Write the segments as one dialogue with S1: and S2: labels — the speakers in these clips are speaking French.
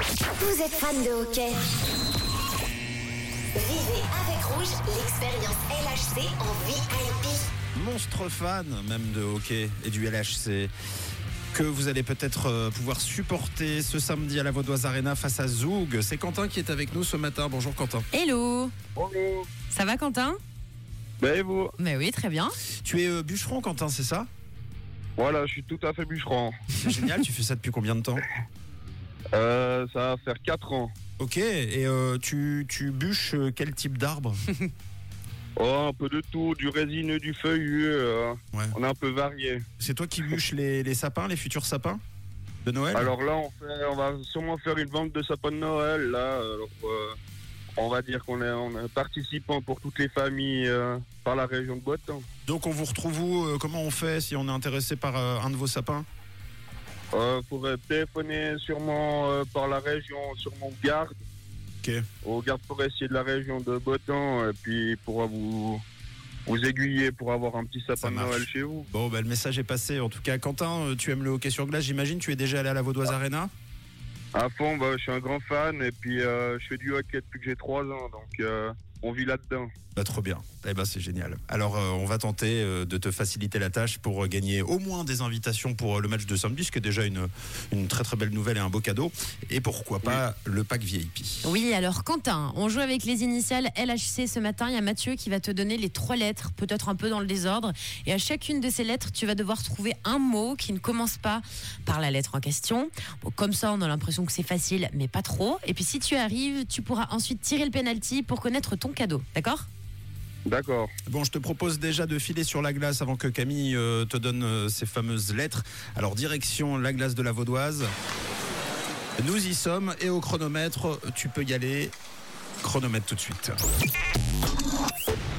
S1: Vous êtes fan de hockey Vivez avec Rouge l'expérience LHC en VIP.
S2: monstre fan même de hockey et du LHC que vous allez peut-être euh, pouvoir supporter ce samedi à la Vaudoise Arena face à Zoug. C'est Quentin qui est avec nous ce matin. Bonjour Quentin.
S3: Hello
S4: Bonjour.
S3: Ça va Quentin
S4: Ben et vous
S3: Mais oui, très bien.
S2: Tu es euh, bûcheron Quentin, c'est ça
S4: Voilà, je suis tout à fait bûcheron.
S2: C'est génial, tu fais ça depuis combien de temps
S4: Euh, ça va faire 4 ans.
S2: Ok, et euh, tu, tu bûches euh, quel type d'arbre
S4: Oh, un peu de tout, du résineux, du feuillu. euh,
S2: Ouais.
S4: On a un peu varié.
S2: C'est toi qui bûches les, les sapins, les futurs sapins de Noël
S4: Alors là, on, fait, on va sûrement faire une vente de sapins de Noël. Là, Alors, euh, on va dire qu'on est, on est un participant pour toutes les familles euh, par la région de Boitan.
S2: Donc on vous retrouve où euh, Comment on fait si on est intéressé par euh, un de vos sapins
S4: Euh, pour euh, téléphoner sûrement euh, par la région, sûrement au garde.
S2: Ok.
S4: Au garde forestier de la région de Botan, et puis pourra vous, vous aiguiller pour avoir un petit
S2: Ça
S4: sapin de
S2: marche.
S4: Noël chez vous.
S2: Bon, bah, le message est passé. En tout cas, Quentin, euh, tu aimes le hockey sur glace, j'imagine. Tu es déjà allé à la Vaudoise Arena
S4: À fond, bah, je suis un grand fan et puis euh, je fais du hockey depuis que j'ai 3 ans, donc euh, on vit là-dedans.
S2: Bah, trop bien. Eh ben, c'est génial. Alors, euh, on va tenter euh, de te faciliter la tâche pour euh, gagner au moins des invitations pour euh, le match de samedi, ce qui est déjà une, une très très belle nouvelle et un beau cadeau. Et pourquoi pas le pack VIP.
S3: Oui, alors Quentin, on joue avec les initiales LHC ce matin. Il y a Mathieu qui va te donner les trois lettres, peut-être un peu dans le désordre. Et à chacune de ces lettres, tu vas devoir trouver un mot qui ne commence pas par la lettre en question. Bon, comme ça, on a l'impression que c'est facile, mais pas trop. Et puis si tu arrives, tu pourras ensuite tirer le penalty pour connaître ton cadeau. D'accord
S4: D'accord.
S2: Bon, je te propose déjà de filer sur la glace avant que Camille euh, te donne euh, ces fameuses lettres. Alors, direction la glace de la Vaudoise. Nous y sommes et au chronomètre, tu peux y aller. Chronomètre tout de suite.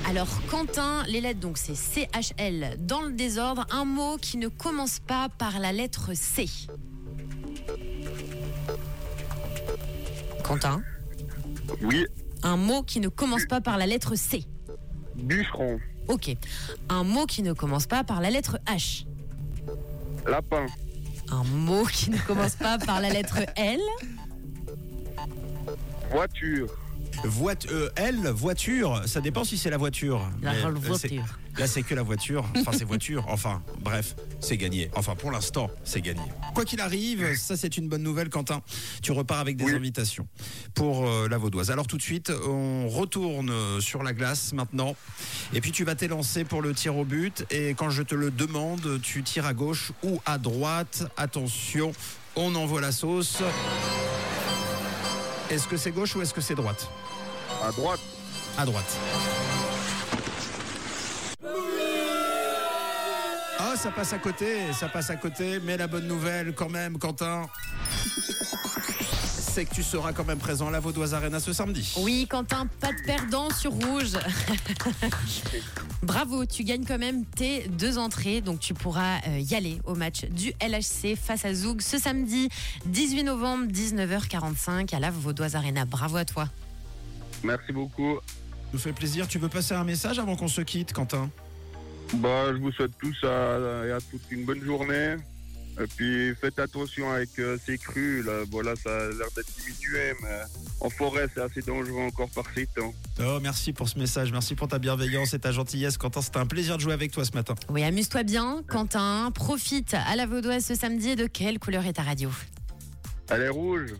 S3: Alors Quentin, les lettres donc c'est CHL dans le désordre, un mot qui ne commence pas par la lettre C. Quentin,
S4: Oui,
S3: un mot qui ne commence pas par la lettre C.
S4: bûcheron,
S3: OK. Un mot qui ne commence pas par la lettre H.
S4: lapin,
S3: Un mot qui ne commence pas par la lettre L.
S4: voiture,
S2: Voit euh, elle, voiture, ça dépend si c'est la voiture.
S3: La
S2: Mais, euh, c'est-
S3: voiture.
S2: Là, c'est que la voiture. Enfin, c'est voiture. Enfin, bref, c'est gagné. Enfin, pour l'instant, c'est gagné. Quoi qu'il arrive, ça, c'est une bonne nouvelle, Quentin. Tu repars avec des
S4: Oui.
S2: invitations pour euh, la Vaudoise. Alors, tout de suite, on retourne euh, sur la glace maintenant. Et puis, tu vas t'élancer pour le tir au but. Et quand je te le demande, tu tires à gauche ou à droite. Attention, on envoie la sauce. Est-ce que c'est gauche ou est-ce que c'est droite
S4: à droite,
S2: à droite. Ah, ça passe à côté, ça passe à côté, mais la bonne nouvelle quand même, Quentin, c'est que tu seras quand même présent à la Vaudoise Arena ce samedi.
S3: Oui, Quentin, pas de perdant sur rouge. Bravo, tu gagnes quand même tes deux entrées, donc tu pourras euh, y aller au match du LHC face à Zoug ce samedi 18 novembre 19h45 à la Vaudoise Arena. Bravo à toi.
S4: merci beaucoup.
S2: Ça nous fait plaisir. Tu veux passer un message avant qu'on se quitte, Quentin
S4: Bah, je vous souhaite tous à- et à toutes une bonne journée. Et puis faites attention avec euh, ces crues, là. voilà, ça a l'air d'être diminué, mais en forêt c'est assez dangereux encore par ces temps.
S2: Oh, merci pour ce message, merci pour ta bienveillance et ta gentillesse, Quentin. C'était un plaisir de jouer avec toi ce matin.
S3: Oui, amuse-toi bien, Quentin. Profite à la Vaudoise ce samedi. De quelle couleur est ta radio
S4: Elle est rouge